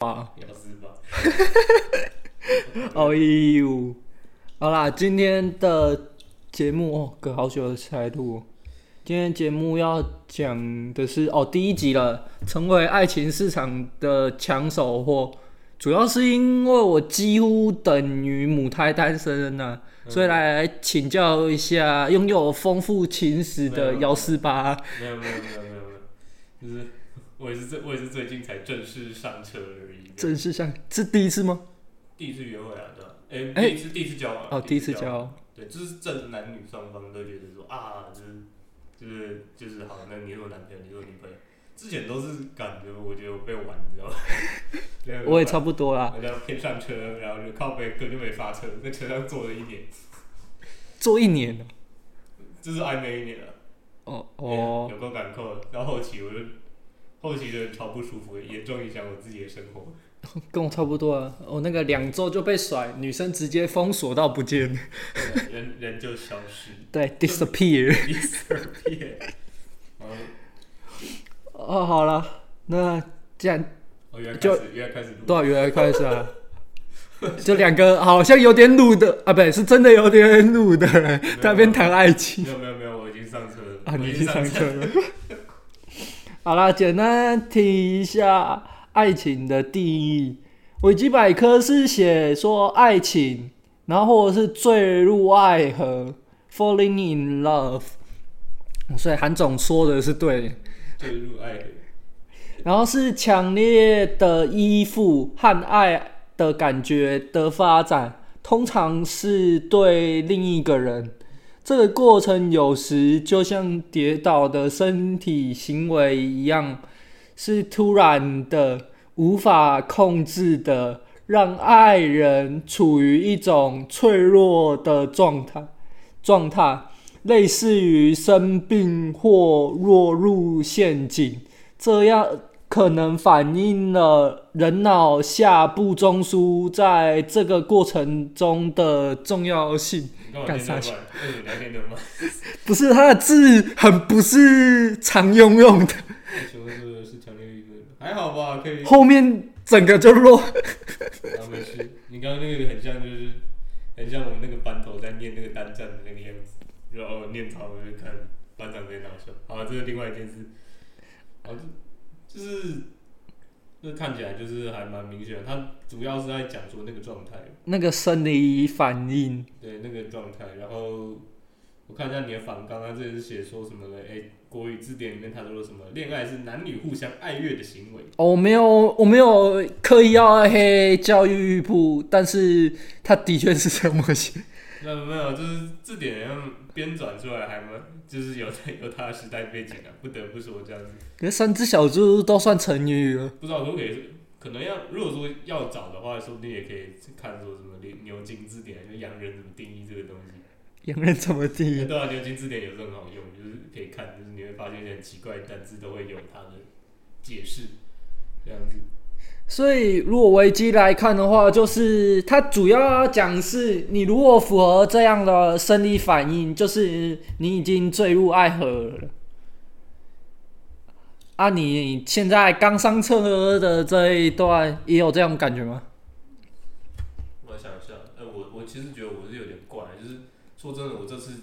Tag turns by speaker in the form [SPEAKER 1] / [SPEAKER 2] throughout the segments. [SPEAKER 1] 啊，
[SPEAKER 2] 不要是吧？
[SPEAKER 1] 哦呦，好啦，今天的节目哦，隔好久才录哦。今天节目要讲的是哦，第一集了，成为爱情市场的抢手货，主要是因为我几乎等于母胎单身了、所以来请教一下拥有丰富情史的幺四八。
[SPEAKER 2] 没有没有没有没有没有，就是我也是最我也是最近才正式上车而已。
[SPEAKER 1] 正式上是第一次吗？
[SPEAKER 2] 第一次约会啊，对啊，哎、
[SPEAKER 1] 哎
[SPEAKER 2] 第一次第一次交往
[SPEAKER 1] 哦，第一次交
[SPEAKER 2] 往，
[SPEAKER 1] 往，
[SPEAKER 2] 对，就是正男女双方都觉得说啊，就是就是就是好，那你是我男朋友，你是我女朋友。之前都是感觉，我觉得我被玩，你知道吗？对被玩
[SPEAKER 1] 我也差不多 啦，
[SPEAKER 2] 我就偏上车，然后就靠背根本就没刹车，在车上坐了一年，
[SPEAKER 1] 做一年了。
[SPEAKER 2] 就是暧昧一年了。
[SPEAKER 1] 哦哦。
[SPEAKER 2] 有够感扣的。然后后期我就后期就超不舒服，严重影响我自己的生 活。
[SPEAKER 1] 跟我差不多啊，我、那个两周就被甩，女生直接封锁到不见，
[SPEAKER 2] 人人就消失
[SPEAKER 1] 对，disappear。
[SPEAKER 2] disappear。然后
[SPEAKER 1] 哦，好了，那既然
[SPEAKER 2] 我哦原来开
[SPEAKER 1] 就
[SPEAKER 2] 始原来开始录，
[SPEAKER 1] 多少月来开始啊？就两个好像有点鲁的啊，不对，是真的有点鲁的，在那边谈爱情
[SPEAKER 2] 没有没有没有，我已经上车了。
[SPEAKER 1] 啊，
[SPEAKER 2] 我
[SPEAKER 1] 你
[SPEAKER 2] 已
[SPEAKER 1] 去
[SPEAKER 2] 经
[SPEAKER 1] 上
[SPEAKER 2] 上
[SPEAKER 1] 课了。 好啦，简单提一下爱情的定义。维基百科是写说爱情，然后或者是坠入爱河 （falling in love）。所以韩总说的是对的。
[SPEAKER 2] 坠入爱河。
[SPEAKER 1] 然后是强烈的依附和爱的感觉的发展，通常是对另一个人。这个过程有时就像跌倒的身体行为一样，是突然的、无法控制的，让爱人处于一种脆弱的状态。状态类似于生病或落入陷阱。这样可能反映了人脑下部中枢在这个过程中的重要性。
[SPEAKER 2] 你干嘛
[SPEAKER 1] 干
[SPEAKER 2] 念那
[SPEAKER 1] 啥
[SPEAKER 2] 么慢？为什么你要念那么 慢？
[SPEAKER 1] 不是它的字很不是常用用 的，
[SPEAKER 2] 请问是是强烈一个？还好吧，可以。
[SPEAKER 1] 后面整个就落。
[SPEAKER 2] 然后没事。你刚刚那个很像就是很像我们那个班头在念那个单站的那个样子，然后念超我就看班长在闹笑。好，这是另外一件事。好，这就是这看起来就是还蛮明显的，他主要是在讲说那个状态，
[SPEAKER 1] 那个生理反应，
[SPEAKER 2] 对那个状态。然后我看一下你的反纲，他啊这里是写说什么嘞？哎、国语字典里面他说了什么？恋爱是男女互相爱乐的行为。
[SPEAKER 1] 哦我没有，我没有刻意要黑教育部，但是它的确是这么写。
[SPEAKER 2] 那没有，就是字典上编转出来还蛮，就是有它有它的时代背景啊，不得不说这样子。
[SPEAKER 1] 可是三只小猪都算成语了。
[SPEAKER 2] 不知道可不可以，可能要如果说要找的话，说不定也可以看说什么牛牛津字典，就洋人怎么定义这个东西。
[SPEAKER 1] 洋人怎么地？
[SPEAKER 2] 对啊，牛津字典有时候很好用，就是可以看，就是你会发现一些很奇怪的单字都会有它的解释，这样子。
[SPEAKER 1] 所以，如果维基来看的话，就是它主要要讲是你如果符合这样的生理反应，就是你已经坠入爱河了。啊，你现在刚上车的这一段也有这种感觉吗？
[SPEAKER 2] 我想一下，哎、我我其实觉得我是有点怪，就是说真的，我这次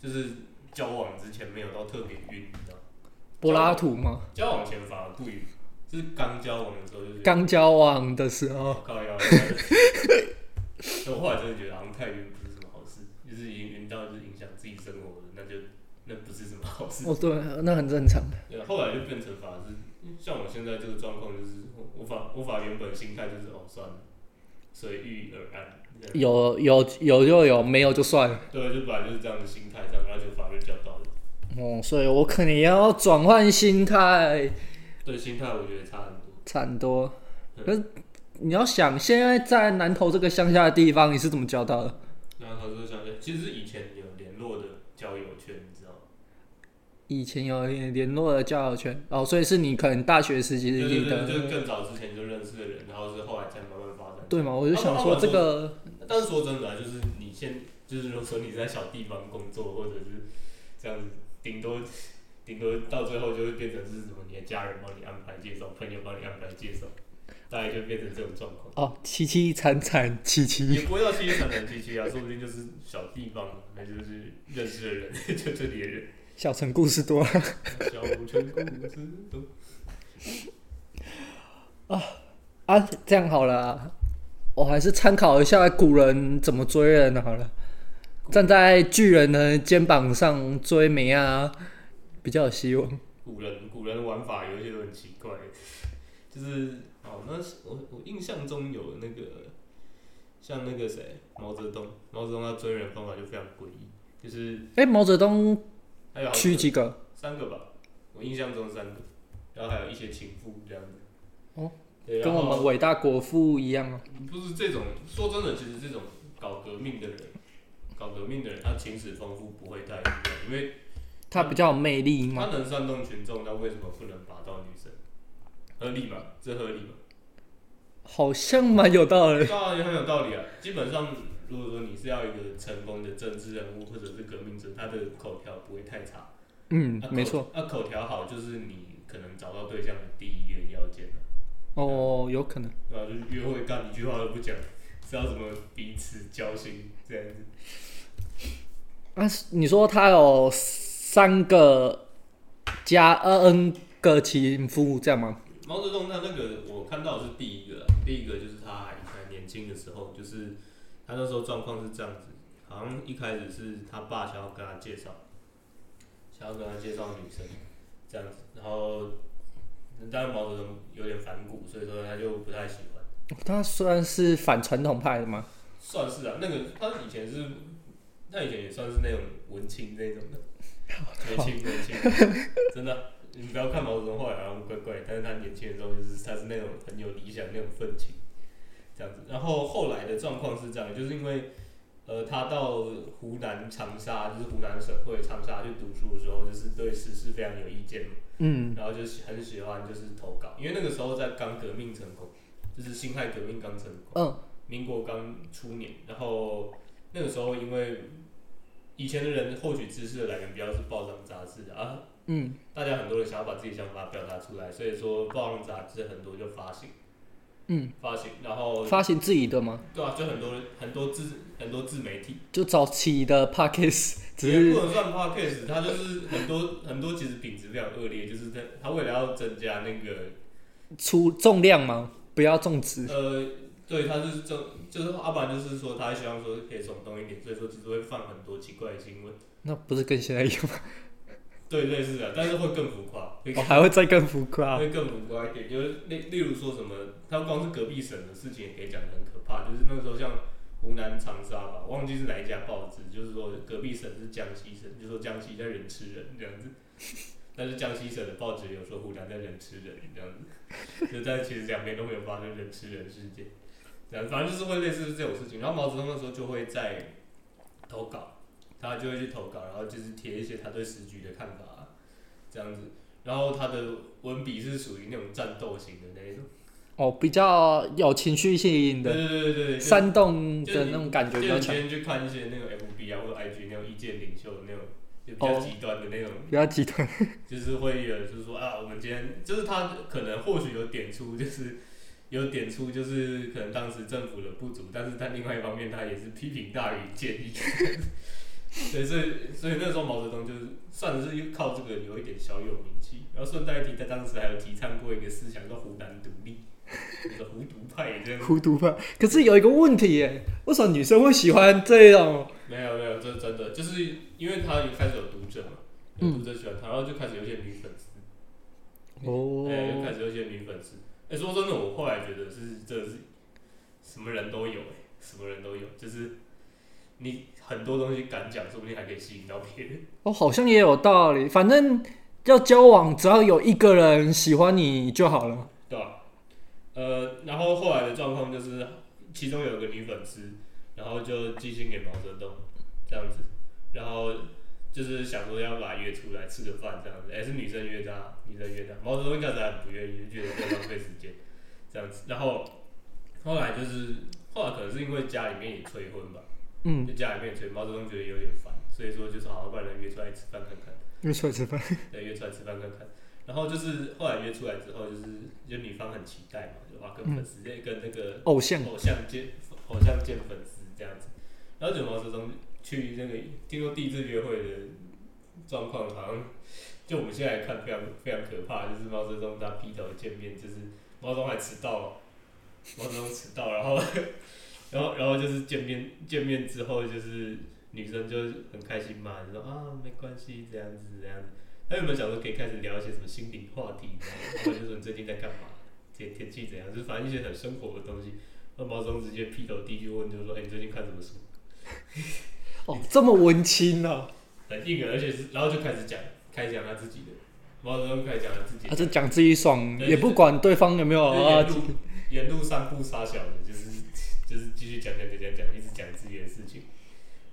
[SPEAKER 2] 就是交往之前没有到特别晕，你知道吗。
[SPEAKER 1] 柏拉图吗？
[SPEAKER 2] 交往前反而不晕，就是刚交往的时候就是哦
[SPEAKER 1] 刚交往的时候，
[SPEAKER 2] 靠腰。所 以我后来真的觉得好像太晕不是什么好事，就是已经晕到就是影响自己生活了，那就那不是什么好事。
[SPEAKER 1] 哦，对，那很正常。
[SPEAKER 2] 对，后来就变成法是，像我现在这个状况就是我我法我法原本心态就是哦算了，随遇而安。这样
[SPEAKER 1] 有有有就有，没有就算了。
[SPEAKER 2] 对，就本来就是这样的心态，这样然后就法律教导的。
[SPEAKER 1] 哦，所以我可能也要转换心态。
[SPEAKER 2] 对，心态我觉得差很多。
[SPEAKER 1] 差很多。
[SPEAKER 2] 对
[SPEAKER 1] 可是你要想，现在在南投这个乡下的地方，你是怎么交到的？
[SPEAKER 2] 然后他就想，哎其实以前有联络的交友圈，你知道吗？
[SPEAKER 1] 以前有联络的交友圈哦，所以是你可能大学时期
[SPEAKER 2] 对对
[SPEAKER 1] 记
[SPEAKER 2] 对，就是
[SPEAKER 1] 得，
[SPEAKER 2] 更早之前就认识的人，然后是后来才慢慢发展。
[SPEAKER 1] 对嘛？我就想说这
[SPEAKER 2] 哦
[SPEAKER 1] 个，
[SPEAKER 2] 但是说真的啊，就是你现就是如果说你在小地方工作，或者是这样子，顶多顶多到最后就会变成是什么，你的家人帮你安排介绍，朋友帮你安排介绍，大概就变成这种状况。
[SPEAKER 1] 哦，凄凄惨惨戚
[SPEAKER 2] 也
[SPEAKER 1] 戚，
[SPEAKER 2] 不会到七七三三七七啊，说不定就是小地方，那就是认识的人，就这里的人，
[SPEAKER 1] 小城故事多。
[SPEAKER 2] 小五城故事都
[SPEAKER 1] 啊，这样好了啊、我还是参考一下古人怎么追人好了。站在巨人的肩膀上追梅啊，比较有希望。
[SPEAKER 2] 古人古人的玩法有一些都很奇怪，就是哦，那是我我印象中有那个像那个谁毛泽东，毛泽东他追人的方法就非常诡异，就是
[SPEAKER 1] 哎、毛泽东
[SPEAKER 2] 还有好
[SPEAKER 1] 娶
[SPEAKER 2] 几
[SPEAKER 1] 几个？
[SPEAKER 2] 三个吧，我印象中三个，然后还有一些情妇这样子。
[SPEAKER 1] 哦
[SPEAKER 2] 对，啊
[SPEAKER 1] 跟
[SPEAKER 2] 然
[SPEAKER 1] 我
[SPEAKER 2] 后
[SPEAKER 1] 们伟大国父一样啊。
[SPEAKER 2] 不是这种，说真的，其实这种搞革命的人，搞革命的人，他情史丰富不会太一样，因为
[SPEAKER 1] 他比较有魅力
[SPEAKER 2] 他
[SPEAKER 1] 嘛。
[SPEAKER 2] 能煽动群众，那为什么不能拔到女生？合理嘛？这合理嘛？
[SPEAKER 1] 好像蛮有道 理。
[SPEAKER 2] 当然也很有道理啊。基本上，如果说你是要一个成功的政治人物或者是革命者，他的口条不会太差。
[SPEAKER 1] 嗯
[SPEAKER 2] 那，口
[SPEAKER 1] 没错。。
[SPEAKER 2] 那口条好就是你可能找到对象的第一个要件了，
[SPEAKER 1] 哦，有可能。
[SPEAKER 2] 对吧？就是约会干一句话都不讲，知道怎么彼此交心这样子。
[SPEAKER 1] 啊，你说他有三个加 n 个情夫这样吗？
[SPEAKER 2] 毛泽东他那个我看到的是第一个啦，第一个就是他还还年轻的时候，就是他那时候状况是这样子，好像一开始是他爸想要跟他介绍，想要跟他介绍女生这样子，然后当然毛泽东有点反骨，所以说他就不太喜欢，
[SPEAKER 1] 哦他虽然是反传统派的嘛，
[SPEAKER 2] 算是啊，那个他以前是他以前也算是那种文青那种的，文青文青，真的啊。你不要看毛泽东后来好像怪怪，但是他年轻的时候就是他是那种很有理想那种愤青，这样子。然后后来的状况是这样，就是因为呃他到湖南长沙，就是湖南省会长沙去读书的时候，就是对时事非常有意见嘛，
[SPEAKER 1] 嗯，
[SPEAKER 2] 然后就是很喜欢就是投稿，因为那个时候在刚革命成功，就是辛亥革命刚成功，
[SPEAKER 1] 嗯，
[SPEAKER 2] 民国刚初年，然后那个时候因为以前的人获取知识的来源比较是报章杂志啊，
[SPEAKER 1] 嗯，
[SPEAKER 2] 大家很多人想要把自己想法表达出来，所以说报章杂志很多就发行，
[SPEAKER 1] 嗯，
[SPEAKER 2] 发行，然后
[SPEAKER 1] 发行自己的吗？
[SPEAKER 2] 对啊，就很多人很多自很多自媒体，
[SPEAKER 1] 就早期的 p a c k a s 只
[SPEAKER 2] 也
[SPEAKER 1] 是
[SPEAKER 2] 不能算 podcast，它就是很多很多其实品质非常恶劣，就是它它为了要增加那个
[SPEAKER 1] 出重量嘛，不要种植。
[SPEAKER 2] 呃，对，他是这，就是阿板，就是说他希望说可以耸动一点，所以说只是会放很多奇怪的新闻，
[SPEAKER 1] 那不是跟现在一样 吗？
[SPEAKER 2] 对，类似的，但是会更浮夸，会
[SPEAKER 1] 我还会再更浮夸。
[SPEAKER 2] 会更浮夸一点，就是例例如说什么，他光是隔壁省的事情也可以讲的很可怕，就是那个时候像湖南长沙吧，忘记是哪一家报纸，就是说隔壁省是江西省，就说江西在人吃人这样子， 但是江西省的报纸有说湖南在人吃人这样子，就但其实两边都没有发生人吃人事件，这样反正就是会类似这种事情，然后毛泽东那时候就会在投稿，他就会去投稿，然后就是贴一些他对时局的看法啊、这样子。然后他的文笔是属于那种战斗型的那一种，
[SPEAKER 1] 哦，比较有情绪性
[SPEAKER 2] 对对
[SPEAKER 1] 的，
[SPEAKER 2] 对对对，就
[SPEAKER 1] 煽动的那种感觉
[SPEAKER 2] 就
[SPEAKER 1] 比较
[SPEAKER 2] 你
[SPEAKER 1] 强，
[SPEAKER 2] 今天去看一些那个 FB 啊或者 IG 那种意见领袖的那种，就比较
[SPEAKER 1] 哦
[SPEAKER 2] 极端的那种，
[SPEAKER 1] 比较极端。
[SPEAKER 2] 就是会有就是说啊，我们今天就是他可能或许有点出，就是有点出就是可能当时政府的不足，但是他另外一方面他也是批评大于建议， 对，所以所以那时候毛泽东就是算是靠这个有一点小有名气，然后顺带一提，他当时还有提倡过一个思想叫湖南独立，那个湖独派这样
[SPEAKER 1] 孤独吧。可是有一个问题耶，为什么女生会喜欢这种？
[SPEAKER 2] 没有没有，这是真的，就是因为他一开始有读者嘛，有读者喜欢他，然后就开始有一些女粉丝，
[SPEAKER 1] 哦，
[SPEAKER 2] 哎、就开始有一些女粉丝。哎、说真的，我后来觉得是真的是什么人都有、哎，什么人都有，就是你很多东西敢讲，说不定还可以吸引到别人。
[SPEAKER 1] 哦，好像也有道理。反正要交往，只要有一个人喜欢你就好了。
[SPEAKER 2] 对吧、呃，然后后来的状况就是，其中有一个女粉丝，然后就寄信给毛泽东，这样子，然后就是想说要把他约出来吃个饭这样子，哎、是女生约的啊，女生约的啊，毛泽东一开始还很不愿意，就觉得在浪费时间，这样子，然后后来就是后来可能是因为家里面也催婚吧，
[SPEAKER 1] 嗯，
[SPEAKER 2] 就家里面也催，毛泽东觉得有点烦，所以说就是好好把人约出来吃饭看看。
[SPEAKER 1] 又出来吃饭。
[SPEAKER 2] 对，约出来吃饭看看。然后就是后来约出来之后，就是就米方很期待嘛，就哇跟粉丝、跟那个
[SPEAKER 1] 偶像
[SPEAKER 2] 偶像见偶像见粉丝这样子。然后卷毛这种去那个听说第一次约会的状况，好像就我们现在来看非常非常可怕，就是毛泽东他劈头见面，就是毛泽东还迟到了，毛泽东迟到，然后 然后然后就是见面见面之后，就是女生就很开心嘛，就说啊没关系这样子这样子。他原本想说可以开始聊一些什么心灵话题，然后 就说你最近在干嘛，天天气怎样，就是反正一些很生活的东西。那毛泽东直接劈头第一句问就是说，哎、你最近看什么书？
[SPEAKER 1] 哦，这么文青呢、啊？
[SPEAKER 2] 很硬的，而且是然后就开始讲，开始讲他自己的，毛泽东开始讲他自己的，
[SPEAKER 1] 他啊就讲自己爽，
[SPEAKER 2] 对
[SPEAKER 1] 也不管对方有没有啊
[SPEAKER 2] 就是。沿路三步杀小的，就是就是继续讲讲讲讲讲，一直讲自己的事情，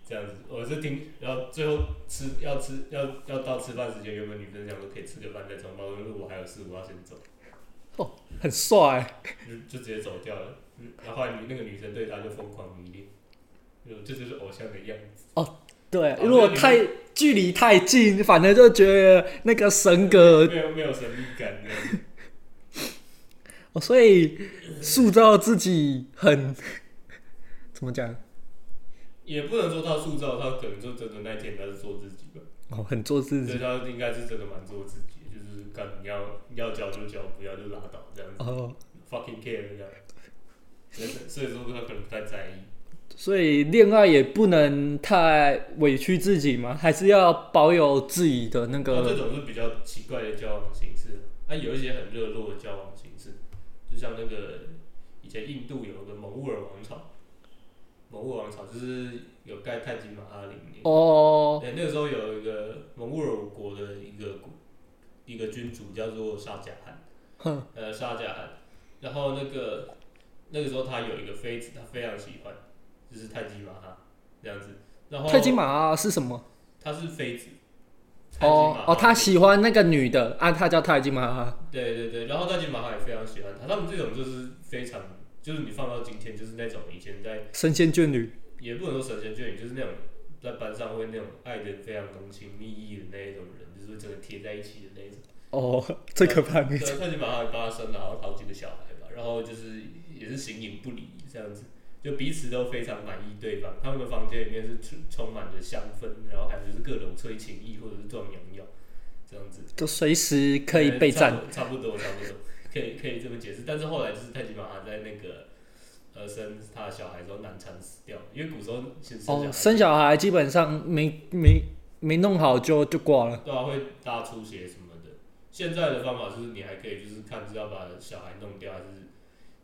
[SPEAKER 2] 这样子。我是听，然后最后吃要吃要要到吃饭时间，原本女生想说可以吃个饭再走，毛泽东说我还有事，我要先走，
[SPEAKER 1] 哦，很帅，
[SPEAKER 2] 就就直接走掉了。嗯然后后来女那个女生对他就疯狂迷恋，就这就是偶像的样子。
[SPEAKER 1] 对
[SPEAKER 2] 啊。
[SPEAKER 1] 如果
[SPEAKER 2] 那你
[SPEAKER 1] 太距离太近，反正就觉得那个神格
[SPEAKER 2] 没有没有神秘感的，
[SPEAKER 1] 哦，所以塑造自己很 怎么讲？
[SPEAKER 2] 也不能说他塑造，他可能就真的那一天他是做自己吧。
[SPEAKER 1] 哦，很做自
[SPEAKER 2] 所以
[SPEAKER 1] 己
[SPEAKER 2] 他应该是真的蛮做自己的，就是干你要要交就交，不要就拉倒这样子、
[SPEAKER 1] 哦，
[SPEAKER 2] f u c k i n g care 这样。所以所以说他可能不太在意，
[SPEAKER 1] 所以恋爱也不能太委屈自己嘛，还是要保有自己的那
[SPEAKER 2] 那这
[SPEAKER 1] 个
[SPEAKER 2] 种是比较奇怪的交往形式。那、有一些很热络的交往形式，就像那个以前印度有个蒙兀儿王朝，蒙兀儿王朝就是有盖泰姬玛哈陵那个
[SPEAKER 1] 哦
[SPEAKER 2] 对，那个时候有一个蒙古尔国的一个国一个君主叫做沙贾汗，呃，沙贾汗，然后那个那个时候他有一个妃子，他非常喜欢，就是泰姬玛哈这样子，然后
[SPEAKER 1] 泰姬玛是什么？
[SPEAKER 2] 她是妃子，泰姬玛
[SPEAKER 1] 哦
[SPEAKER 2] 哈
[SPEAKER 1] 哦，他喜欢那个女的，啊，他叫泰姬玛哈。
[SPEAKER 2] 对对对，然后泰姬玛哈也非常喜欢他，他们这种就是非常就是你放到今天就是那种以前在
[SPEAKER 1] 神仙眷侣
[SPEAKER 2] 也不能说神仙眷侣，就是那种在班上会那种爱的非常浓情蜜意的那一种人，就是真的贴在一起的那一种。
[SPEAKER 1] 哦，最可怕那
[SPEAKER 2] 对，
[SPEAKER 1] 种。
[SPEAKER 2] 他就把他帮他生了好像好几个小孩吧，然后就是也是形影不离这样子，就彼此都非常满意对方。他们的房间里面是充充满着香氛，然后还有就是各种催情意或者是壮阳药这样子，
[SPEAKER 1] 就随时可以备战。
[SPEAKER 2] 呃差不多，差不多，差不多，可以可以这么解释。但是后来就是泰姬玛哈在那个呃生他的小孩之后难产死掉了，因为古时候其实
[SPEAKER 1] 哦，
[SPEAKER 2] 生
[SPEAKER 1] 生
[SPEAKER 2] 小孩
[SPEAKER 1] 小孩基本上没没没弄好就就挂了。
[SPEAKER 2] 对啊会大出血什么的。现在的方法就是你还可以就是看是要把小孩弄掉还是。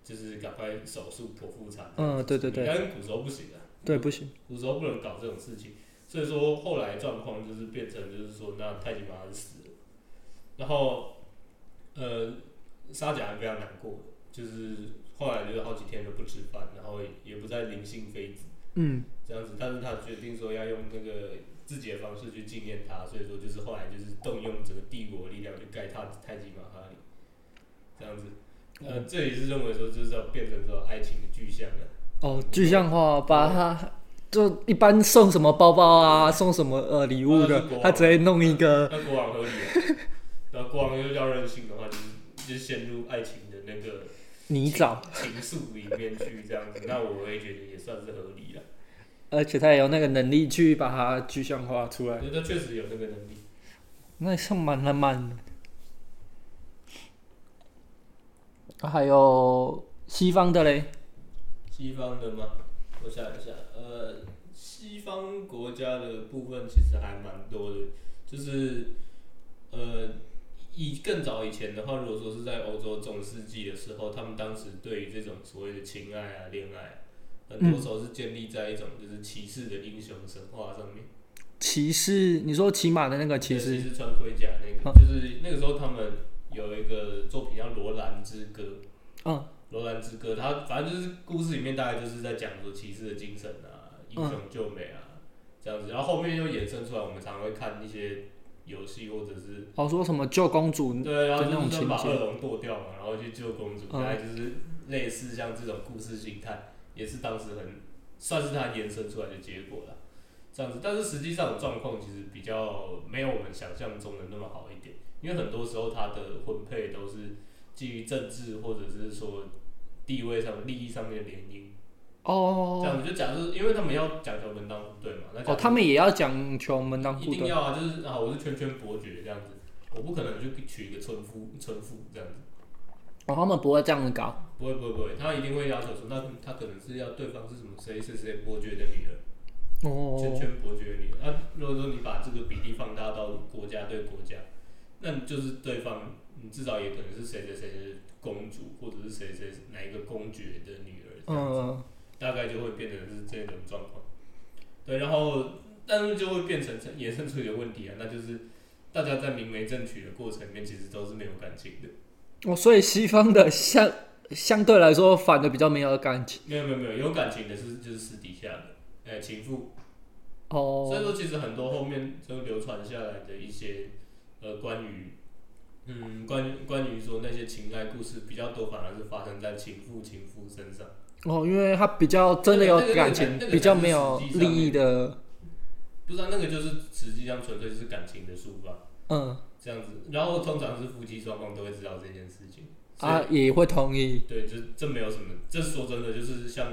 [SPEAKER 2] 就是赶快手术剖腹产。
[SPEAKER 1] 嗯对对对
[SPEAKER 2] 但是古时候不行啊，
[SPEAKER 1] 对，不行。
[SPEAKER 2] 古时候不能搞这种事情，所以说后来状况就是变成就是说，那太极马是死了，然后呃，沙贾还非常难过，就是后来就是好几天都不吃饭，然后也不再临幸妃子
[SPEAKER 1] 嗯，
[SPEAKER 2] 这样子，但是他决定说要用那个自己的方式去纪念他，所以说就是后来就是动用整个帝国力量去盖他太极马哈里，这样子。呃，这里是认为说就是要变成说爱情的具象了。
[SPEAKER 1] 哦，具象化把它就一般送什么包包啊，送什么呃礼物
[SPEAKER 2] 啊
[SPEAKER 1] 的
[SPEAKER 2] 是国，王
[SPEAKER 1] 他直接弄一个
[SPEAKER 2] 那国王合理啊，那国王又要任性的话，就是就陷入爱情的那个
[SPEAKER 1] 泥沼，
[SPEAKER 2] 情愫里面去这样子，那我会觉得也算是合理了。
[SPEAKER 1] 而且他也有那个能力去把它具象化出来，
[SPEAKER 2] 觉得确实有那个能力。
[SPEAKER 1] 那也是蛮浪漫的。啊还有西方的嘞，
[SPEAKER 2] 西方的吗？我想一下，呃，西方国家的部分其实还蛮多的，就是呃，以更早以前的话，如果说是在欧洲中世纪的时候，他们当时对于这种所谓的情爱啊、恋爱啊、很多时候是建立在一种就是骑士的英雄神话上面。
[SPEAKER 1] 骑士，你说骑马的那个骑士，
[SPEAKER 2] 是穿盔甲那
[SPEAKER 1] 啊
[SPEAKER 2] 个，就是那个时候他们有一个作品叫《罗兰之歌》。
[SPEAKER 1] 嗯，
[SPEAKER 2] 罗兰之歌，它反正就是故事里面大概就是在讲说骑士的精神啊，英
[SPEAKER 1] 嗯
[SPEAKER 2] 雄救美啊、这样子，然后后面又衍生出来，我们常会看一些游戏或者是
[SPEAKER 1] 哦说什么救公主，
[SPEAKER 2] 对，然后
[SPEAKER 1] 就那种
[SPEAKER 2] 就是说把
[SPEAKER 1] 情节
[SPEAKER 2] 恶龙剁掉嘛，然后去救公主，
[SPEAKER 1] 嗯
[SPEAKER 2] 大概就是类似像这种故事形态，也是当时很算是它延伸出来的结果了，这样子。但是实际上的状况其实比较没有我们想象中的那么好一点，因为很多时候它的婚配都是基于政治或者是说地位上、利益上面的联姻。这
[SPEAKER 1] 哦
[SPEAKER 2] 样子就假设，因为他们要讲求门当户对嘛，那假设
[SPEAKER 1] 哦，他们也要讲求门当户
[SPEAKER 2] 一定
[SPEAKER 1] 对
[SPEAKER 2] 要啊，就是啊，我是圈圈伯爵这样子，我不可能就娶一个村夫、村妇这样子，
[SPEAKER 1] 哦，他们不会这样搞
[SPEAKER 2] 不会不会不会，他一定会要求说，那他可能是要对方是什么谁是谁伯爵的女儿，圈
[SPEAKER 1] 哦。
[SPEAKER 2] 圈伯爵的女儿。那、啊如果说你把这个比例放大到国家对国家，那你就是对方，你至少也可能是谁谁谁的公主，或者是谁谁哪一个公爵的女儿这样子。
[SPEAKER 1] 嗯，
[SPEAKER 2] 大概就会变成是这种状况。对，然后但是就会变成衍生出一个问题啊，那就是大家在明媒正娶的过程里面，其实都是没有感情的。
[SPEAKER 1] 哦，所以西方的相相对来说反的比较没有感情
[SPEAKER 2] 没有没有没有，有感情的是就是私底下的，呃、情妇。所以
[SPEAKER 1] 哦。
[SPEAKER 2] 说，其实很多后面就流传下来的一些呃关于。嗯，关于关于说那些情爱故事比较多，反而是发生在情妇情夫身上。
[SPEAKER 1] 哦，因为他比较真的有感情
[SPEAKER 2] 那个那个那，个
[SPEAKER 1] 比较没有
[SPEAKER 2] 实际上
[SPEAKER 1] 利益的，
[SPEAKER 2] 不知道那个就是实际上纯粹就是感情的抒发。
[SPEAKER 1] 嗯
[SPEAKER 2] 这样子，然后通常是夫妻双方都会知道这件事情
[SPEAKER 1] 啊，也会同意。
[SPEAKER 2] 所以对，这这没有什么，这说真的就是像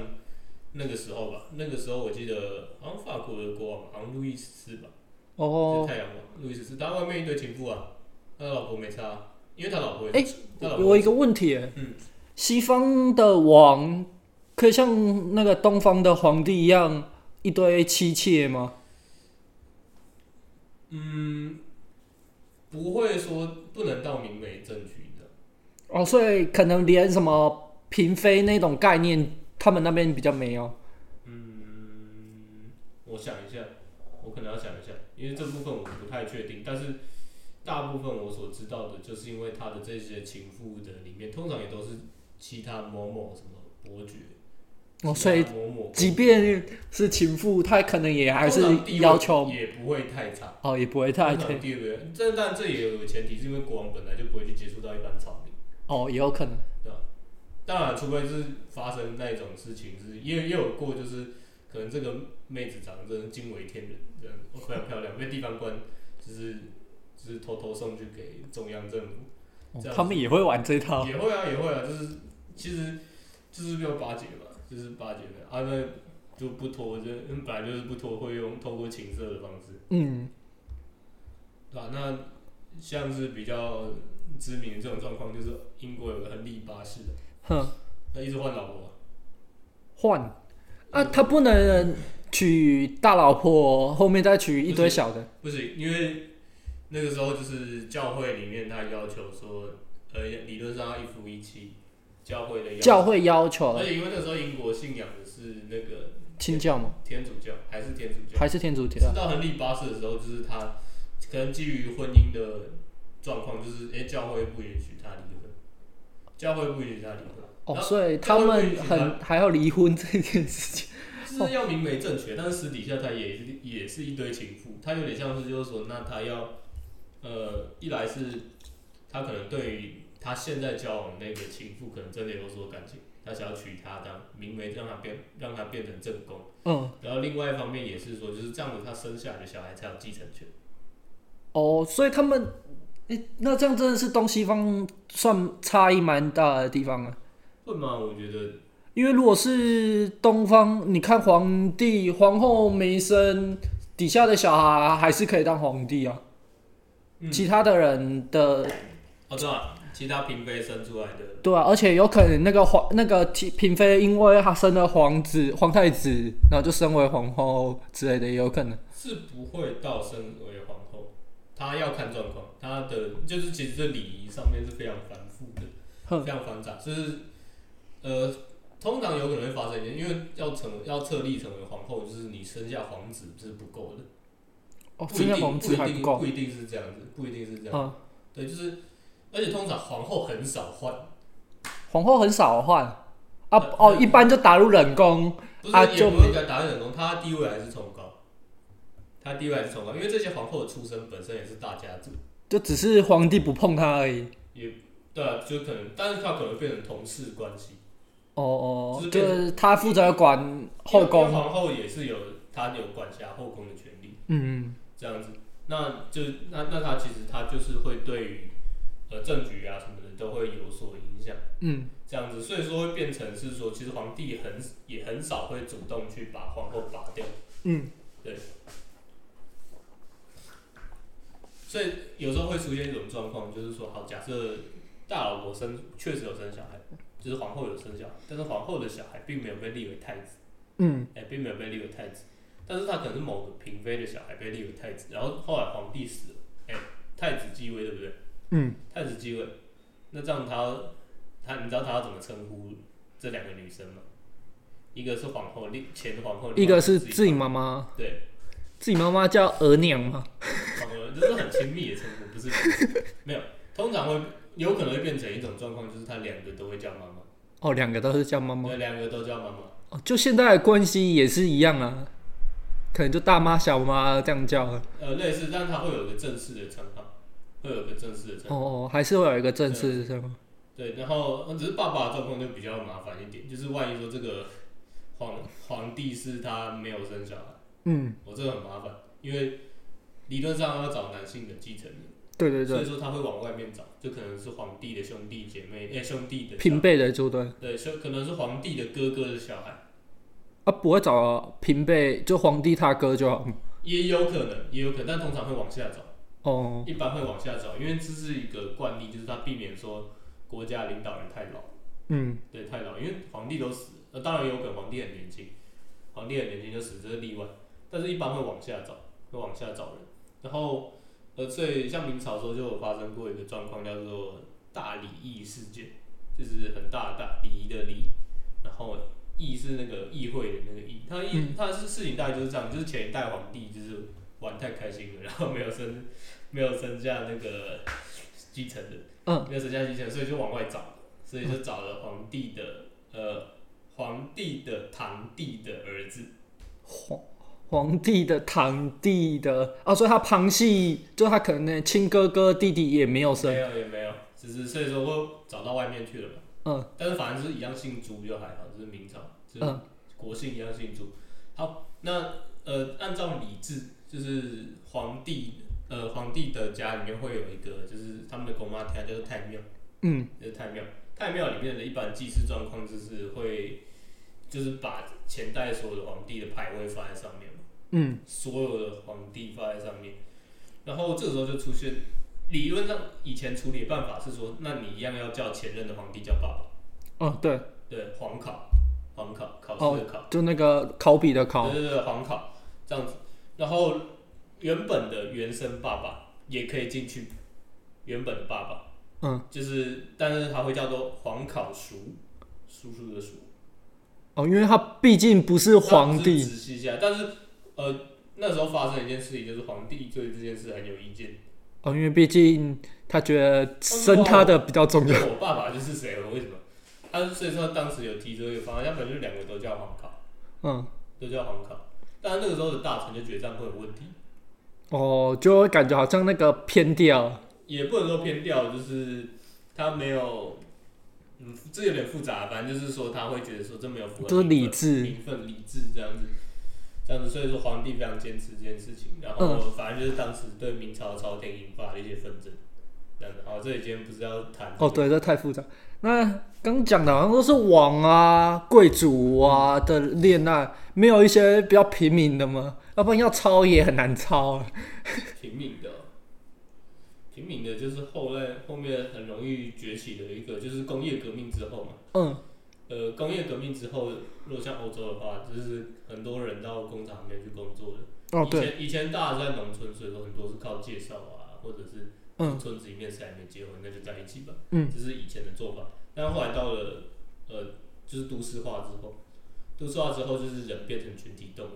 [SPEAKER 2] 那个时候吧，那个时候我记得好像法国的国王好像路易十四吧，
[SPEAKER 1] 哦
[SPEAKER 2] 是，太阳王路易十四，他外面一堆情妇啊，他的老婆没差啊，因为他老婆也
[SPEAKER 1] 哎
[SPEAKER 2] 他老
[SPEAKER 1] 我有
[SPEAKER 2] 婆
[SPEAKER 1] 一个问题耶，
[SPEAKER 2] 嗯
[SPEAKER 1] 西方的王可以像那个东方的皇帝一样一堆妻妾吗？
[SPEAKER 2] 嗯不会说不能到明媒正娶的，
[SPEAKER 1] 哦，所以可能连什么嫔妃那种概念，他们那边比较没有。
[SPEAKER 2] 嗯，我想一下，我可能要想一下，因为这部分我不太确定。但是大部分我所知道的，就是因为他的这些情妇的里面，通常也都是其他某某什么伯爵，
[SPEAKER 1] 哦，
[SPEAKER 2] 其
[SPEAKER 1] 所以
[SPEAKER 2] 他某某公
[SPEAKER 1] 即便是情妇，她可能也还是
[SPEAKER 2] 通常地位嗯
[SPEAKER 1] 要求
[SPEAKER 2] 也不会太 差，
[SPEAKER 1] 哦，也不会太
[SPEAKER 2] 通常地位。这但这也有个前提，是因为国王本来就不会去接触到一般草民。
[SPEAKER 1] 哦，也有可能
[SPEAKER 2] 当然，除非是发生那种事情，是也也有过，就是可能这个妹子长得真的惊为天人，这样非常漂亮，被地方官就是就是偷偷送去给中央政府，
[SPEAKER 1] 哦
[SPEAKER 2] 这样
[SPEAKER 1] 他们也会玩这套。
[SPEAKER 2] 也会啊，也会啊，就是其实就是要巴结吧，就是巴结的啊，那就不拖，就本来就是不拖，会用透过情色的方式。
[SPEAKER 1] 嗯，
[SPEAKER 2] 对吧、那像是比较知名的这种状况，就是英国有个亨利八世的，
[SPEAKER 1] 哼，
[SPEAKER 2] 那一直换老婆啊、
[SPEAKER 1] 换啊，他不能娶大老婆，后面再娶一堆小的。
[SPEAKER 2] 不行，因为那个时候就是教会里面他要求说，呃，理论上要一夫一妻，教会的要求
[SPEAKER 1] 教会哦要求
[SPEAKER 2] 而且因为那时候英国信仰的是那个
[SPEAKER 1] 清教吗？
[SPEAKER 2] 天主教，还是天主教？
[SPEAKER 1] 还是天主教
[SPEAKER 2] 直？到亨利八世的时候，就是他可能基于婚姻的状况，就是诶、教会不允许他离婚，教会不允许他离婚。
[SPEAKER 1] 哦，
[SPEAKER 2] 然后
[SPEAKER 1] 所以他们很还要离婚这件事情。
[SPEAKER 2] 就是要明媒正娶，但是私底下他也是也是一堆情妇，他有点像是就是说，那他要，呃，一来是他可能对于他现在交往那个情妇，可能真的有所感情，他想要娶她当明媒，让她变让她变成正宫，
[SPEAKER 1] 嗯，
[SPEAKER 2] 然后另外一方面也是说，就是这样子，他生下来的小孩才有继承权。
[SPEAKER 1] 哦，所以他们，诶、那这样真的是东西方算差异蛮大的地方啊。
[SPEAKER 2] 会吗？我觉得
[SPEAKER 1] 因为如果是东方，你看皇帝、皇后没生，底下的小孩还是可以当皇帝啊。
[SPEAKER 2] 嗯
[SPEAKER 1] 其他的人的
[SPEAKER 2] 哦，对啊，其他嫔妃生出来的，
[SPEAKER 1] 对啊，而且有可能那个皇那个嫔嫔妃，因为她生了皇子、皇太子，然后就升为皇后之类的，也有可能。
[SPEAKER 2] 是不会到升为皇后，她要看状况，她的就是其实这礼仪上面是非常繁复的。
[SPEAKER 1] 哼，
[SPEAKER 2] 非常繁杂，就是呃，通常有可能会发生一件，因为要成要册立成为皇后，就是你生下皇子是不够的，
[SPEAKER 1] 哦，
[SPEAKER 2] 不一
[SPEAKER 1] 生下
[SPEAKER 2] 定
[SPEAKER 1] 皇子还
[SPEAKER 2] 不一定
[SPEAKER 1] 够。
[SPEAKER 2] 不一定是这样子，不一定是这样，
[SPEAKER 1] 嗯，
[SPEAKER 2] 对，就是而且通常皇后很少换，
[SPEAKER 1] 皇后很少换啊，
[SPEAKER 2] 呃
[SPEAKER 1] 哦，一般就打入冷宫。
[SPEAKER 2] 不是、
[SPEAKER 1] 啊
[SPEAKER 2] 也
[SPEAKER 1] 就
[SPEAKER 2] 不会给她打任宫，她地位还是崇高，她地位还是崇高，因为这些皇后的出身本身也是大家族，
[SPEAKER 1] 就只是皇帝不碰他而已。
[SPEAKER 2] 对啊，就可能，但是她可能变成同事关系，
[SPEAKER 1] 哦哦，
[SPEAKER 2] 就
[SPEAKER 1] 就是是他负责管后
[SPEAKER 2] 因为
[SPEAKER 1] 宫。
[SPEAKER 2] 皇后也是有她有管辖后宫的权利。
[SPEAKER 1] 嗯，
[SPEAKER 2] 这样子。那就那那他其实他就是会对于呃政局啊什么的都会有所影响，
[SPEAKER 1] 嗯，
[SPEAKER 2] 这样子，所以说会变成是说，其实皇帝很也很少会主动去把皇后拔掉，
[SPEAKER 1] 嗯，
[SPEAKER 2] 所以有时候会出现一种状况，就是说，好，假设大老婆生确实有生小孩，就是皇后有生小孩，但是皇后的小孩并没有被立为太子。
[SPEAKER 1] 嗯，
[SPEAKER 2] 哎、并没有被立为太子，但是他可能是某个嫔妃的小孩被立为太子，然后后来皇帝死了，哎、太子继位对不对？
[SPEAKER 1] 嗯，
[SPEAKER 2] 太子继位，那这样他他你知道他要怎么称呼这两个女生吗？一个是皇后，另前皇后，
[SPEAKER 1] 嗯一个是
[SPEAKER 2] 自
[SPEAKER 1] 自己妈妈，
[SPEAKER 2] 对，
[SPEAKER 1] 自己妈妈叫额娘嘛，
[SPEAKER 2] 皇后，这是很亲密的称呼，不是没有，通常会有可能会变成一种状况，就是他两个都会叫妈妈，
[SPEAKER 1] 哦，两个都是叫妈妈，
[SPEAKER 2] 对，两个都叫妈妈，
[SPEAKER 1] 哦，就现在的关系也是一样啊，可能就大妈小妈这样叫，哦
[SPEAKER 2] 呃，类似，但他会有一个正式的称号，会有一个正式的称号。
[SPEAKER 1] 哦，还是会有一个正式的称呼，
[SPEAKER 2] 对，然后呃只是爸爸的状况就比较麻烦一点，就是万一说这个皇皇帝是他没有生小孩，
[SPEAKER 1] 嗯，
[SPEAKER 2] 我、这个很麻烦，因为理论上要找男性的继承人，
[SPEAKER 1] 对对
[SPEAKER 2] 所以
[SPEAKER 1] 对，
[SPEAKER 2] 说他会往外面找，就可能是皇帝的兄弟姐妹，哎、兄弟的
[SPEAKER 1] 平
[SPEAKER 2] 小，
[SPEAKER 1] 辈的就对，
[SPEAKER 2] 对，兄可能是皇帝的哥哥的小孩，
[SPEAKER 1] 啊，不会找平辈，就皇帝他哥就好，
[SPEAKER 2] 也有可能，也有可能，但通常会往下找。
[SPEAKER 1] 哦，
[SPEAKER 2] 一般会往下找，因为这是一个惯例，就是他避免说国家领导人太老，
[SPEAKER 1] 嗯，
[SPEAKER 2] 对，太老，因为皇帝都死了，那当然有可能皇帝很年轻，皇帝很年轻就死，这是例外，但是一般会往下找，会往下找人，然后呃，所以像明朝的时候就有发生过一个状况，叫做大礼议事件，就是很大的大礼仪的礼，然后议是那个议会的那个议，他议
[SPEAKER 1] 嗯
[SPEAKER 2] 他是事情大概就是这样，就是前一代皇帝就是玩太开心了，然后没有生没有生下那个继承人，
[SPEAKER 1] 嗯，
[SPEAKER 2] 没有生下继承人，所以就往外找，所以就找了皇帝的呃皇帝的堂弟的儿子，
[SPEAKER 1] 皇皇帝的堂弟的，啊，所以他旁系，就他可能亲哥哥弟弟也没有
[SPEAKER 2] 没
[SPEAKER 1] 生，
[SPEAKER 2] 有也没有，只是所以说会找到外面去了嘛。
[SPEAKER 1] 嗯，
[SPEAKER 2] 但是反正就是一样姓朱就还好，就是明朝，就是
[SPEAKER 1] 嗯
[SPEAKER 2] 国姓一样姓朱。好，那呃，按照礼制，就是皇帝呃皇帝的家里面会有一个，就是他们的公妈天就是太庙，
[SPEAKER 1] 嗯，
[SPEAKER 2] 就是太庙。太庙里面的一般祭祀状况就是会，就是把前代所有的皇帝的牌位放在上面嘛。
[SPEAKER 1] 嗯，
[SPEAKER 2] 所有的皇帝放在上面，然后这个时候就出现，理论上以前处理的办法是说，那你一样要叫前任的皇帝叫爸爸，
[SPEAKER 1] 哦，对，
[SPEAKER 2] 对，皇考，皇考，考试的考，
[SPEAKER 1] 就那个考比的哦考，
[SPEAKER 2] 对对对，皇考这样子，然后原本的原生爸爸也可以进去，原本的爸爸
[SPEAKER 1] 嗯，
[SPEAKER 2] 就是，但是他会叫做皇考叔，叔叔的叔。
[SPEAKER 1] 哦，因为他毕竟不是皇
[SPEAKER 2] 那
[SPEAKER 1] 帝，
[SPEAKER 2] 只是直系下来，但是呃，那时候发生一件事情，就是皇帝对这件事很有意见。
[SPEAKER 1] 哦，因为毕竟他觉得生他的比较重要，
[SPEAKER 2] 我爸爸就是谁了？为什么？他所以说当时有提出一个方案，要不然就两个都叫皇考，
[SPEAKER 1] 嗯，
[SPEAKER 2] 都叫皇考。但是那个时候的大臣就觉得这样会有问题，
[SPEAKER 1] 哦，就会感觉好像那个偏掉，
[SPEAKER 2] 也不能说偏掉，就是他没有，嗯，这有点复杂，反正就是说他会觉得说这没有符合
[SPEAKER 1] 就是
[SPEAKER 2] 民
[SPEAKER 1] 理
[SPEAKER 2] 愤
[SPEAKER 1] 智，
[SPEAKER 2] 名分、理智这样子，这样子，所以说皇帝非常坚持这件事情，然后反正就是当时对明朝朝廷引发的一些纷争，这样子。好，这里今天不是要谈
[SPEAKER 1] 哦，对，这太复杂。那刚讲的好像都是王啊、贵族啊的恋爱，没有一些比较平民的吗？要不然要抄也很难抄啊。
[SPEAKER 2] 平民的，平民的就是后来后面很容易崛起的一个，就是工业革命之后嘛。
[SPEAKER 1] 嗯，
[SPEAKER 2] 呃，工业革命之后，如果像欧洲的话，就是很多人到工厂里面去工作的。
[SPEAKER 1] 哦，
[SPEAKER 2] 以
[SPEAKER 1] 对，
[SPEAKER 2] 前以前大家在农村，所以说很多是靠介绍啊，或者是
[SPEAKER 1] 嗯
[SPEAKER 2] 村子里面谁还没结婚，那就在一起吧。
[SPEAKER 1] 嗯，
[SPEAKER 2] 这是以前的做法。但后来到了呃，就是都市化之后，都市化之后就是人变成群体动物，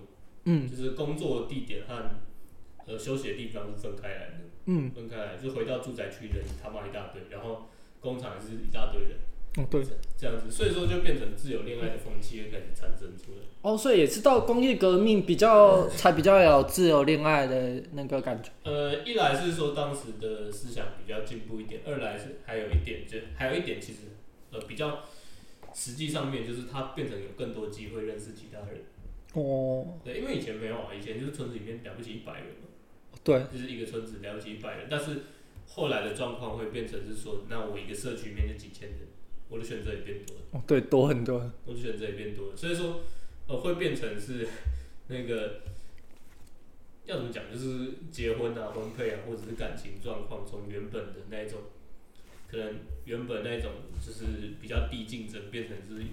[SPEAKER 1] 嗯
[SPEAKER 2] 就是工作地点和呃休息的地方是分开来的。
[SPEAKER 1] 嗯，
[SPEAKER 2] 分开来，就回到住宅区人他妈一大堆，然后工厂也是一大堆人，
[SPEAKER 1] 哦对，
[SPEAKER 2] 这样子，所以说就变成自由恋爱的风气就开始产生出来。
[SPEAKER 1] 哦，所以也是到工业革命比较才比较有自由恋爱的那个感觉。
[SPEAKER 2] 呃，一来是说当时的思想比较进步一点，二来是还有一点，就还有一点其实呃比较实际上面就是他变成有更多机会认识其他人，
[SPEAKER 1] 哦，
[SPEAKER 2] 对，因为以前没有啊，以前就是村子里面了不起一百人嘛，
[SPEAKER 1] 对，
[SPEAKER 2] 就是一个村子了解一百人，但是后来的状况会变成是说，那我一个社区里面就几千人，我的选择也变多了，
[SPEAKER 1] 哦对，多很多，
[SPEAKER 2] 我的选择也变多了，所以说呃会变成是那个要怎么讲，就是结婚啊、婚配啊，或者是感情状况，从原本的那一种，可能原本那一种就是比较低竞争，变成是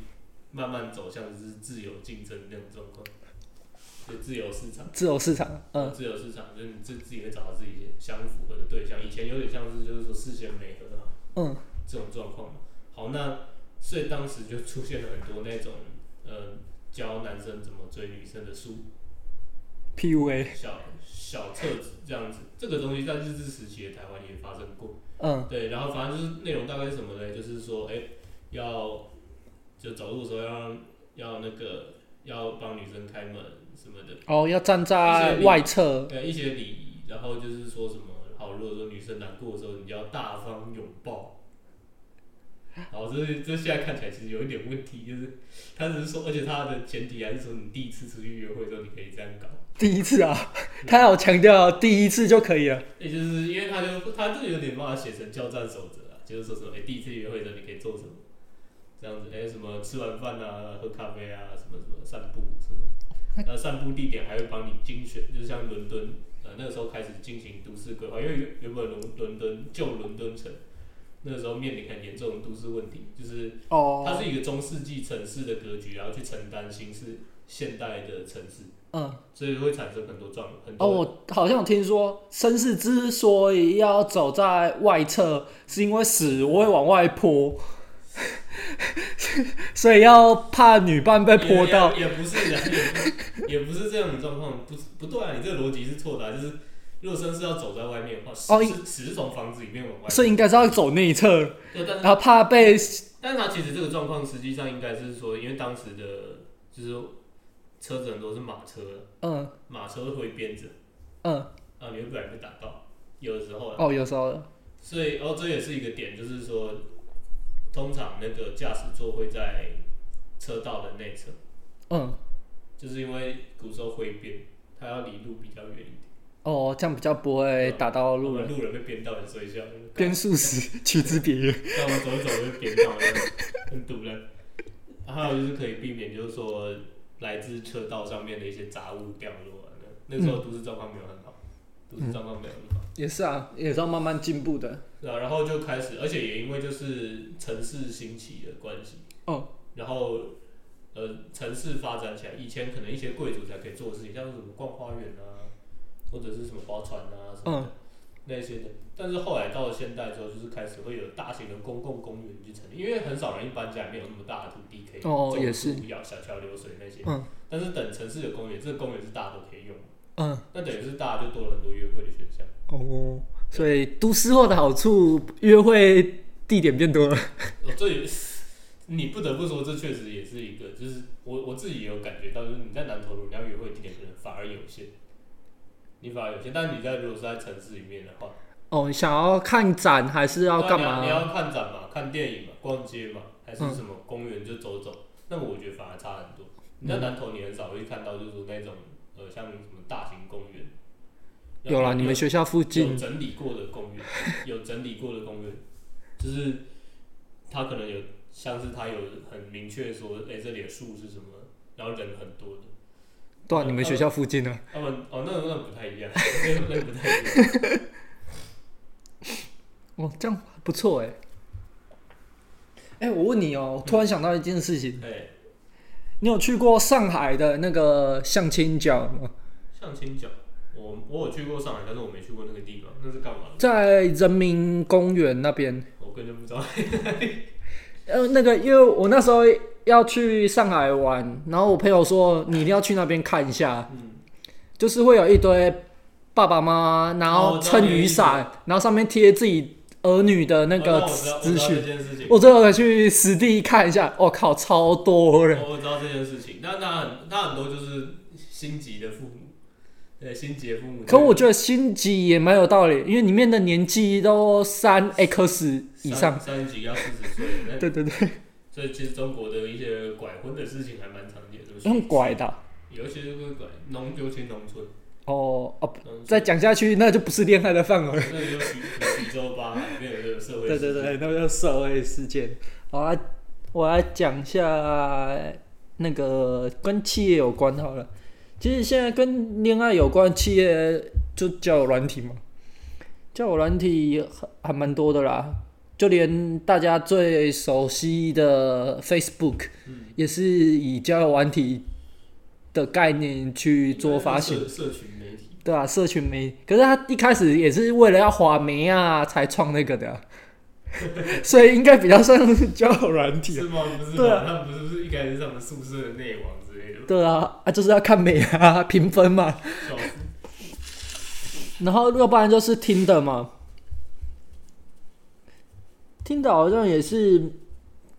[SPEAKER 2] 慢慢走向就是自由竞争那种状况，就自由市场。
[SPEAKER 1] 自由市场，嗯，
[SPEAKER 2] 自由市场，就是你自自己会找到自己相符合的对象。以前有点像是就是说事先没合好
[SPEAKER 1] 嗯，
[SPEAKER 2] 这种状况嘛。好，那所以当时就出现了很多那种呃教男生怎么追女生的书，
[SPEAKER 1] PUA，
[SPEAKER 2] 小小册子这样子。这个东西在日治时期的台湾也发生过。
[SPEAKER 1] 嗯，
[SPEAKER 2] 对，然后反正就是内容大概是什么呢？就是说，哎、要就走路的时候要让要那个要帮女生开门什么的。
[SPEAKER 1] 哦，要站在外侧，
[SPEAKER 2] 呃一些礼仪，然后就是说什么，好，如果说女生难过的时候，你要大方拥抱。好，这是这现在看起来其实有一点问题，就是他只是说，而且他的前提还是说你第一次出去约会的时候，你可以这样搞。
[SPEAKER 1] 第一次啊， 他有强调第一次就可以了，
[SPEAKER 2] 也就是因为他就他这个有点把它写成交战守则啊，就是说什么，哎、第一次约会的时候你可以做什么，这样子，哎、什么吃完饭啊，喝咖啡啊，什么什么散步什么的。 然后散步地点还会帮你精选，就是像伦敦，呃，那个时候开始进行都市规划，因为原原本伦伦敦旧伦敦城那个时候面临很严重的都市问题，就是它
[SPEAKER 1] 哦，
[SPEAKER 2] 是一个中世纪城市的格局，然后去承担新式现代的城市，
[SPEAKER 1] 嗯，
[SPEAKER 2] 所以会产生很多状很
[SPEAKER 1] 哦，
[SPEAKER 2] 多
[SPEAKER 1] 我好像有听说绅士之所以要走在外侧，是因为屎我会往外泼， 所以要怕女伴被泼到。
[SPEAKER 2] 也也也不是的，也不也不是这样的状况，不是不对啊，你这个逻辑是错的、啊，就是若生是要走在外面的话，
[SPEAKER 1] 哦
[SPEAKER 2] 屎是屎是从房子里面往外，
[SPEAKER 1] 所以应该是要走内侧，
[SPEAKER 2] 对，但是
[SPEAKER 1] 然后怕被
[SPEAKER 2] 但是他其实这个状况实际上应该是说，因为当时的就是车子很多是马车，
[SPEAKER 1] 嗯
[SPEAKER 2] 马车会编着，
[SPEAKER 1] 嗯
[SPEAKER 2] 啊，你会不然被打到，有的时候啦。啊
[SPEAKER 1] 哦，有时候
[SPEAKER 2] 所以哦，这也是一个点，就是说，通常那个驾驶座会在车道的内侧，
[SPEAKER 1] 嗯
[SPEAKER 2] 就是因为古时候挥鞭，它要离路比较远一点，
[SPEAKER 1] 哦，这样比较不会打到路
[SPEAKER 2] 我们
[SPEAKER 1] 人。
[SPEAKER 2] 路人被鞭到很睡觉，就是
[SPEAKER 1] 边素食取之别人，
[SPEAKER 2] 那我走一走就扁倒了，很堵人。还有就是可以避免，就是说来自车道上面的一些杂物掉落啊。那那时候都市状况没有很好，都市状况没有很好。
[SPEAKER 1] 也是啊，也是要慢慢进步的。
[SPEAKER 2] 对啊，然后就开始，而且也因为就是城市兴起的关系，
[SPEAKER 1] 哦，
[SPEAKER 2] 然后呃，城市发展起来，以前可能一些贵族才可以做的事情，像是什么逛花园啊，或者是什么划船啊什
[SPEAKER 1] 嗯
[SPEAKER 2] 么的、那些的，但是后来到了现代之后，就是开始会有大型的公共公园去成立，因为很少人一般家里面有那么大的土地可以
[SPEAKER 1] 哦
[SPEAKER 2] 种
[SPEAKER 1] 也是
[SPEAKER 2] 树要小桥流水那些，
[SPEAKER 1] 嗯
[SPEAKER 2] 但是等城市有公园，这个公园是大家都可以用，
[SPEAKER 1] 嗯
[SPEAKER 2] 那等于是大家就多了很多约会的选项。
[SPEAKER 1] 哦，所以都市化的好处，约会地点变多了。
[SPEAKER 2] 哦，这也是 你不得不说，这确实也是一个，就是我我自己也有感觉到，就是你在南投如你要约会地点可能反而有限，你反而有限。但是你在如果是在城市里面的话，
[SPEAKER 1] 哦，你想要看展还是要
[SPEAKER 2] 那
[SPEAKER 1] 干
[SPEAKER 2] 你
[SPEAKER 1] 嘛？
[SPEAKER 2] 啊
[SPEAKER 1] 嗯
[SPEAKER 2] 你要看展嘛，看电影嘛，逛街嘛，还是什么公园就走走？那么我觉得反而差很多。你
[SPEAKER 1] 嗯
[SPEAKER 2] 在南投，你很少会看到就是说那种呃，像什么大型公园，
[SPEAKER 1] 有啦，你们学校附
[SPEAKER 2] 有
[SPEAKER 1] 近，
[SPEAKER 2] 整理过的公 园，有整理过的公园，就是它可能有像是它有很明确说，哎、这里的树是什么，然后人很多的，
[SPEAKER 1] 对啊，
[SPEAKER 2] 呃
[SPEAKER 1] 你们学校附近啊。
[SPEAKER 2] 他们哦，那那不太一样， 那那不太一样，
[SPEAKER 1] 哦，这样不错哎。哎，我问你哦，我突然想到一件事情，
[SPEAKER 2] 哎、
[SPEAKER 1] 你有去过上海的那个相亲角吗？
[SPEAKER 2] 相亲角，我我有去过上海，但是我没去过那个地方，那是干嘛的？
[SPEAKER 1] 在人民公园那边。
[SPEAKER 2] 我根本就不知道。
[SPEAKER 1] 呃，那个，因为我那时候要去上海玩，然后我朋友说你一定要去那边看一下，
[SPEAKER 2] 嗯，
[SPEAKER 1] 就是会有一堆爸爸妈妈，然
[SPEAKER 2] 哦
[SPEAKER 1] 后
[SPEAKER 2] 我知道
[SPEAKER 1] 撑
[SPEAKER 2] 你的
[SPEAKER 1] 雨
[SPEAKER 2] 意思
[SPEAKER 1] 伞，然后上面贴自己儿女的那
[SPEAKER 2] 哦
[SPEAKER 1] 个
[SPEAKER 2] 我知道我知
[SPEAKER 1] 资
[SPEAKER 2] 道
[SPEAKER 1] 讯
[SPEAKER 2] 这。件事情，
[SPEAKER 1] 我最后去实地看一下，我靠，超多人。
[SPEAKER 2] 哦我我知道这件事情，那那很那很多就是心急的父母，对，心急的父母。
[SPEAKER 1] 可我觉得星级也蛮有道理，因为里面的年纪都三 X 以上。
[SPEAKER 2] 三十几到四十岁，那
[SPEAKER 1] 对对对，
[SPEAKER 2] 所以其实中国的一些拐婚的事情还蛮常见的，就是
[SPEAKER 1] 用拐的啊、
[SPEAKER 2] 有一些就会拐农，尤其农村，
[SPEAKER 1] 哦哦，
[SPEAKER 2] 嗯
[SPEAKER 1] 再讲下去那就不是恋爱的范围。
[SPEAKER 2] 那就徐徐州吧，里面有这个社会
[SPEAKER 1] 对对
[SPEAKER 2] 事件
[SPEAKER 1] 对，那叫社会事件。好啊，我来讲一下那个跟企业有关好了。其实现在跟恋爱有关，企业就交友软体嘛，交友软体还还蛮多的啦，就连大家最熟悉的 Facebook，、也
[SPEAKER 2] 嗯
[SPEAKER 1] 是以交友软体的概念去做发行。
[SPEAKER 2] 社社群媒体，
[SPEAKER 1] 对啊，社群媒，可是他一开始也是为了要滑媒啊才创那个的 啊、所以应该比较像是交友软体
[SPEAKER 2] 是
[SPEAKER 1] 啊。
[SPEAKER 2] 吗？不是
[SPEAKER 1] 对
[SPEAKER 2] 吧
[SPEAKER 1] 啊？
[SPEAKER 2] 他们不是不是一开始是他们宿舍的内网之类的吗，
[SPEAKER 1] 对啊，啊就是要看美啊， 评分嘛，
[SPEAKER 2] 笑死！
[SPEAKER 1] 然后要不然就是听的嘛，听的好像也是，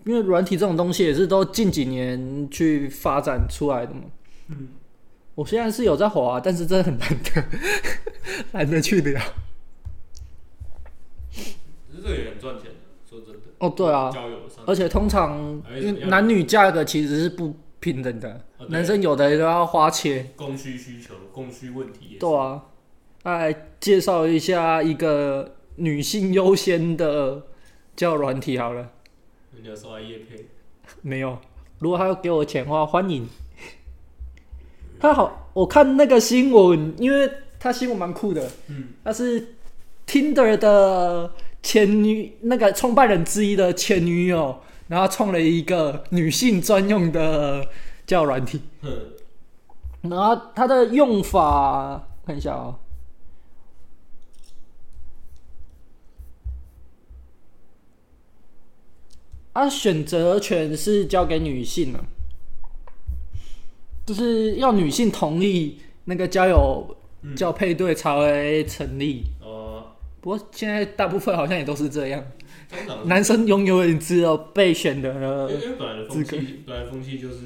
[SPEAKER 1] 因为软体这种东西也是都近几年去发展出来的嘛。
[SPEAKER 2] 嗯，
[SPEAKER 1] 我虽然是有在滑，但是真的很难得， 懒得去聊。
[SPEAKER 2] 可是这个也很赚钱的，说真的。
[SPEAKER 1] 哦对啊
[SPEAKER 2] 交友上
[SPEAKER 1] 而且通常
[SPEAKER 2] 还有什么样的
[SPEAKER 1] 男女价格其实是不平等的，
[SPEAKER 2] 哎哦对
[SPEAKER 1] 男生有的都要花钱。
[SPEAKER 2] 供需需求、供需问题也是
[SPEAKER 1] 对啊，来介绍一下一个女性优先的交友软体好了。
[SPEAKER 2] 人家说来叶配，
[SPEAKER 1] 没有，如果他要给我钱的话，欢迎。他好，我看那个新闻，因为他新闻蛮酷的，
[SPEAKER 2] 嗯，
[SPEAKER 1] 他是 Tinder 的前女那个创办人之一的前女友，然后创了一个女性专用的交友软体。
[SPEAKER 2] 哼，
[SPEAKER 1] 然后它的用法，看一下哦。啊，选择权是交给女性了、就是要女性同意那个交友
[SPEAKER 2] 嗯
[SPEAKER 1] 交配对才会成立。
[SPEAKER 2] 哦，
[SPEAKER 1] 不过现在大部分好像也都是这样，
[SPEAKER 2] 通常
[SPEAKER 1] 男生拥有你只有备选的
[SPEAKER 2] 因为因为本来的风
[SPEAKER 1] 资
[SPEAKER 2] 气，本来风气就是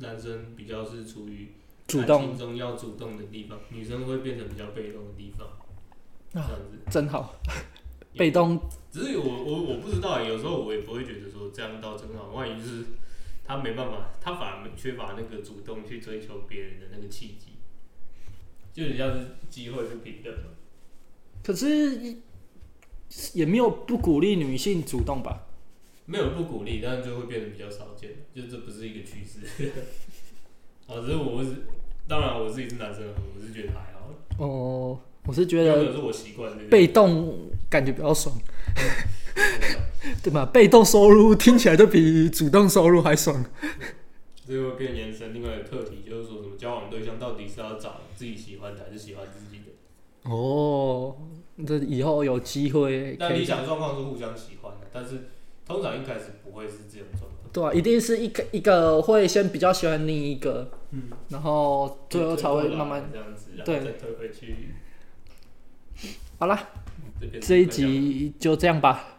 [SPEAKER 2] 男生比较是处于
[SPEAKER 1] 主
[SPEAKER 2] 感
[SPEAKER 1] 动，
[SPEAKER 2] 情中要主动的地方，女生会变成比较被动的地方，这样子。
[SPEAKER 1] 真好。被动
[SPEAKER 2] 只是我我我不知道，欸有时候我也不会觉得说这样倒真好，万一就是他没办法，他反而缺乏那个主动去追求别人的那个契机，就很像是机会不平等嘛。
[SPEAKER 1] 可是也没有不鼓励女性主动吧？
[SPEAKER 2] 没有不鼓励，但是就会变得比较少见，就这不是一个趋势。 啊，只是我是，当然我自己是男生，我是觉得还好，
[SPEAKER 1] 哦，我是觉
[SPEAKER 2] 因为
[SPEAKER 1] 得
[SPEAKER 2] 有时候我习惯这个
[SPEAKER 1] 被动感觉比较爽，
[SPEAKER 2] 我想
[SPEAKER 1] 对吧？被动收入听起来就比主动收入还爽。
[SPEAKER 2] 这又变延伸另外一个课题，就是说什么交往对象到底是要找自己喜欢的，还是喜欢自己的？
[SPEAKER 1] 哦，这以后有机会
[SPEAKER 2] 那
[SPEAKER 1] 可
[SPEAKER 2] 理
[SPEAKER 1] 以。
[SPEAKER 2] 想状况是互相喜欢的，但是通常一开始不会是这种状况。
[SPEAKER 1] 对啊，一定是一个一个会先比较喜欢另一个，
[SPEAKER 2] 嗯，
[SPEAKER 1] 然后最后才会慢慢。
[SPEAKER 2] 这样子，然后
[SPEAKER 1] 对
[SPEAKER 2] 再推回去
[SPEAKER 1] 好啦，
[SPEAKER 2] 这边。
[SPEAKER 1] 这一集就这样吧。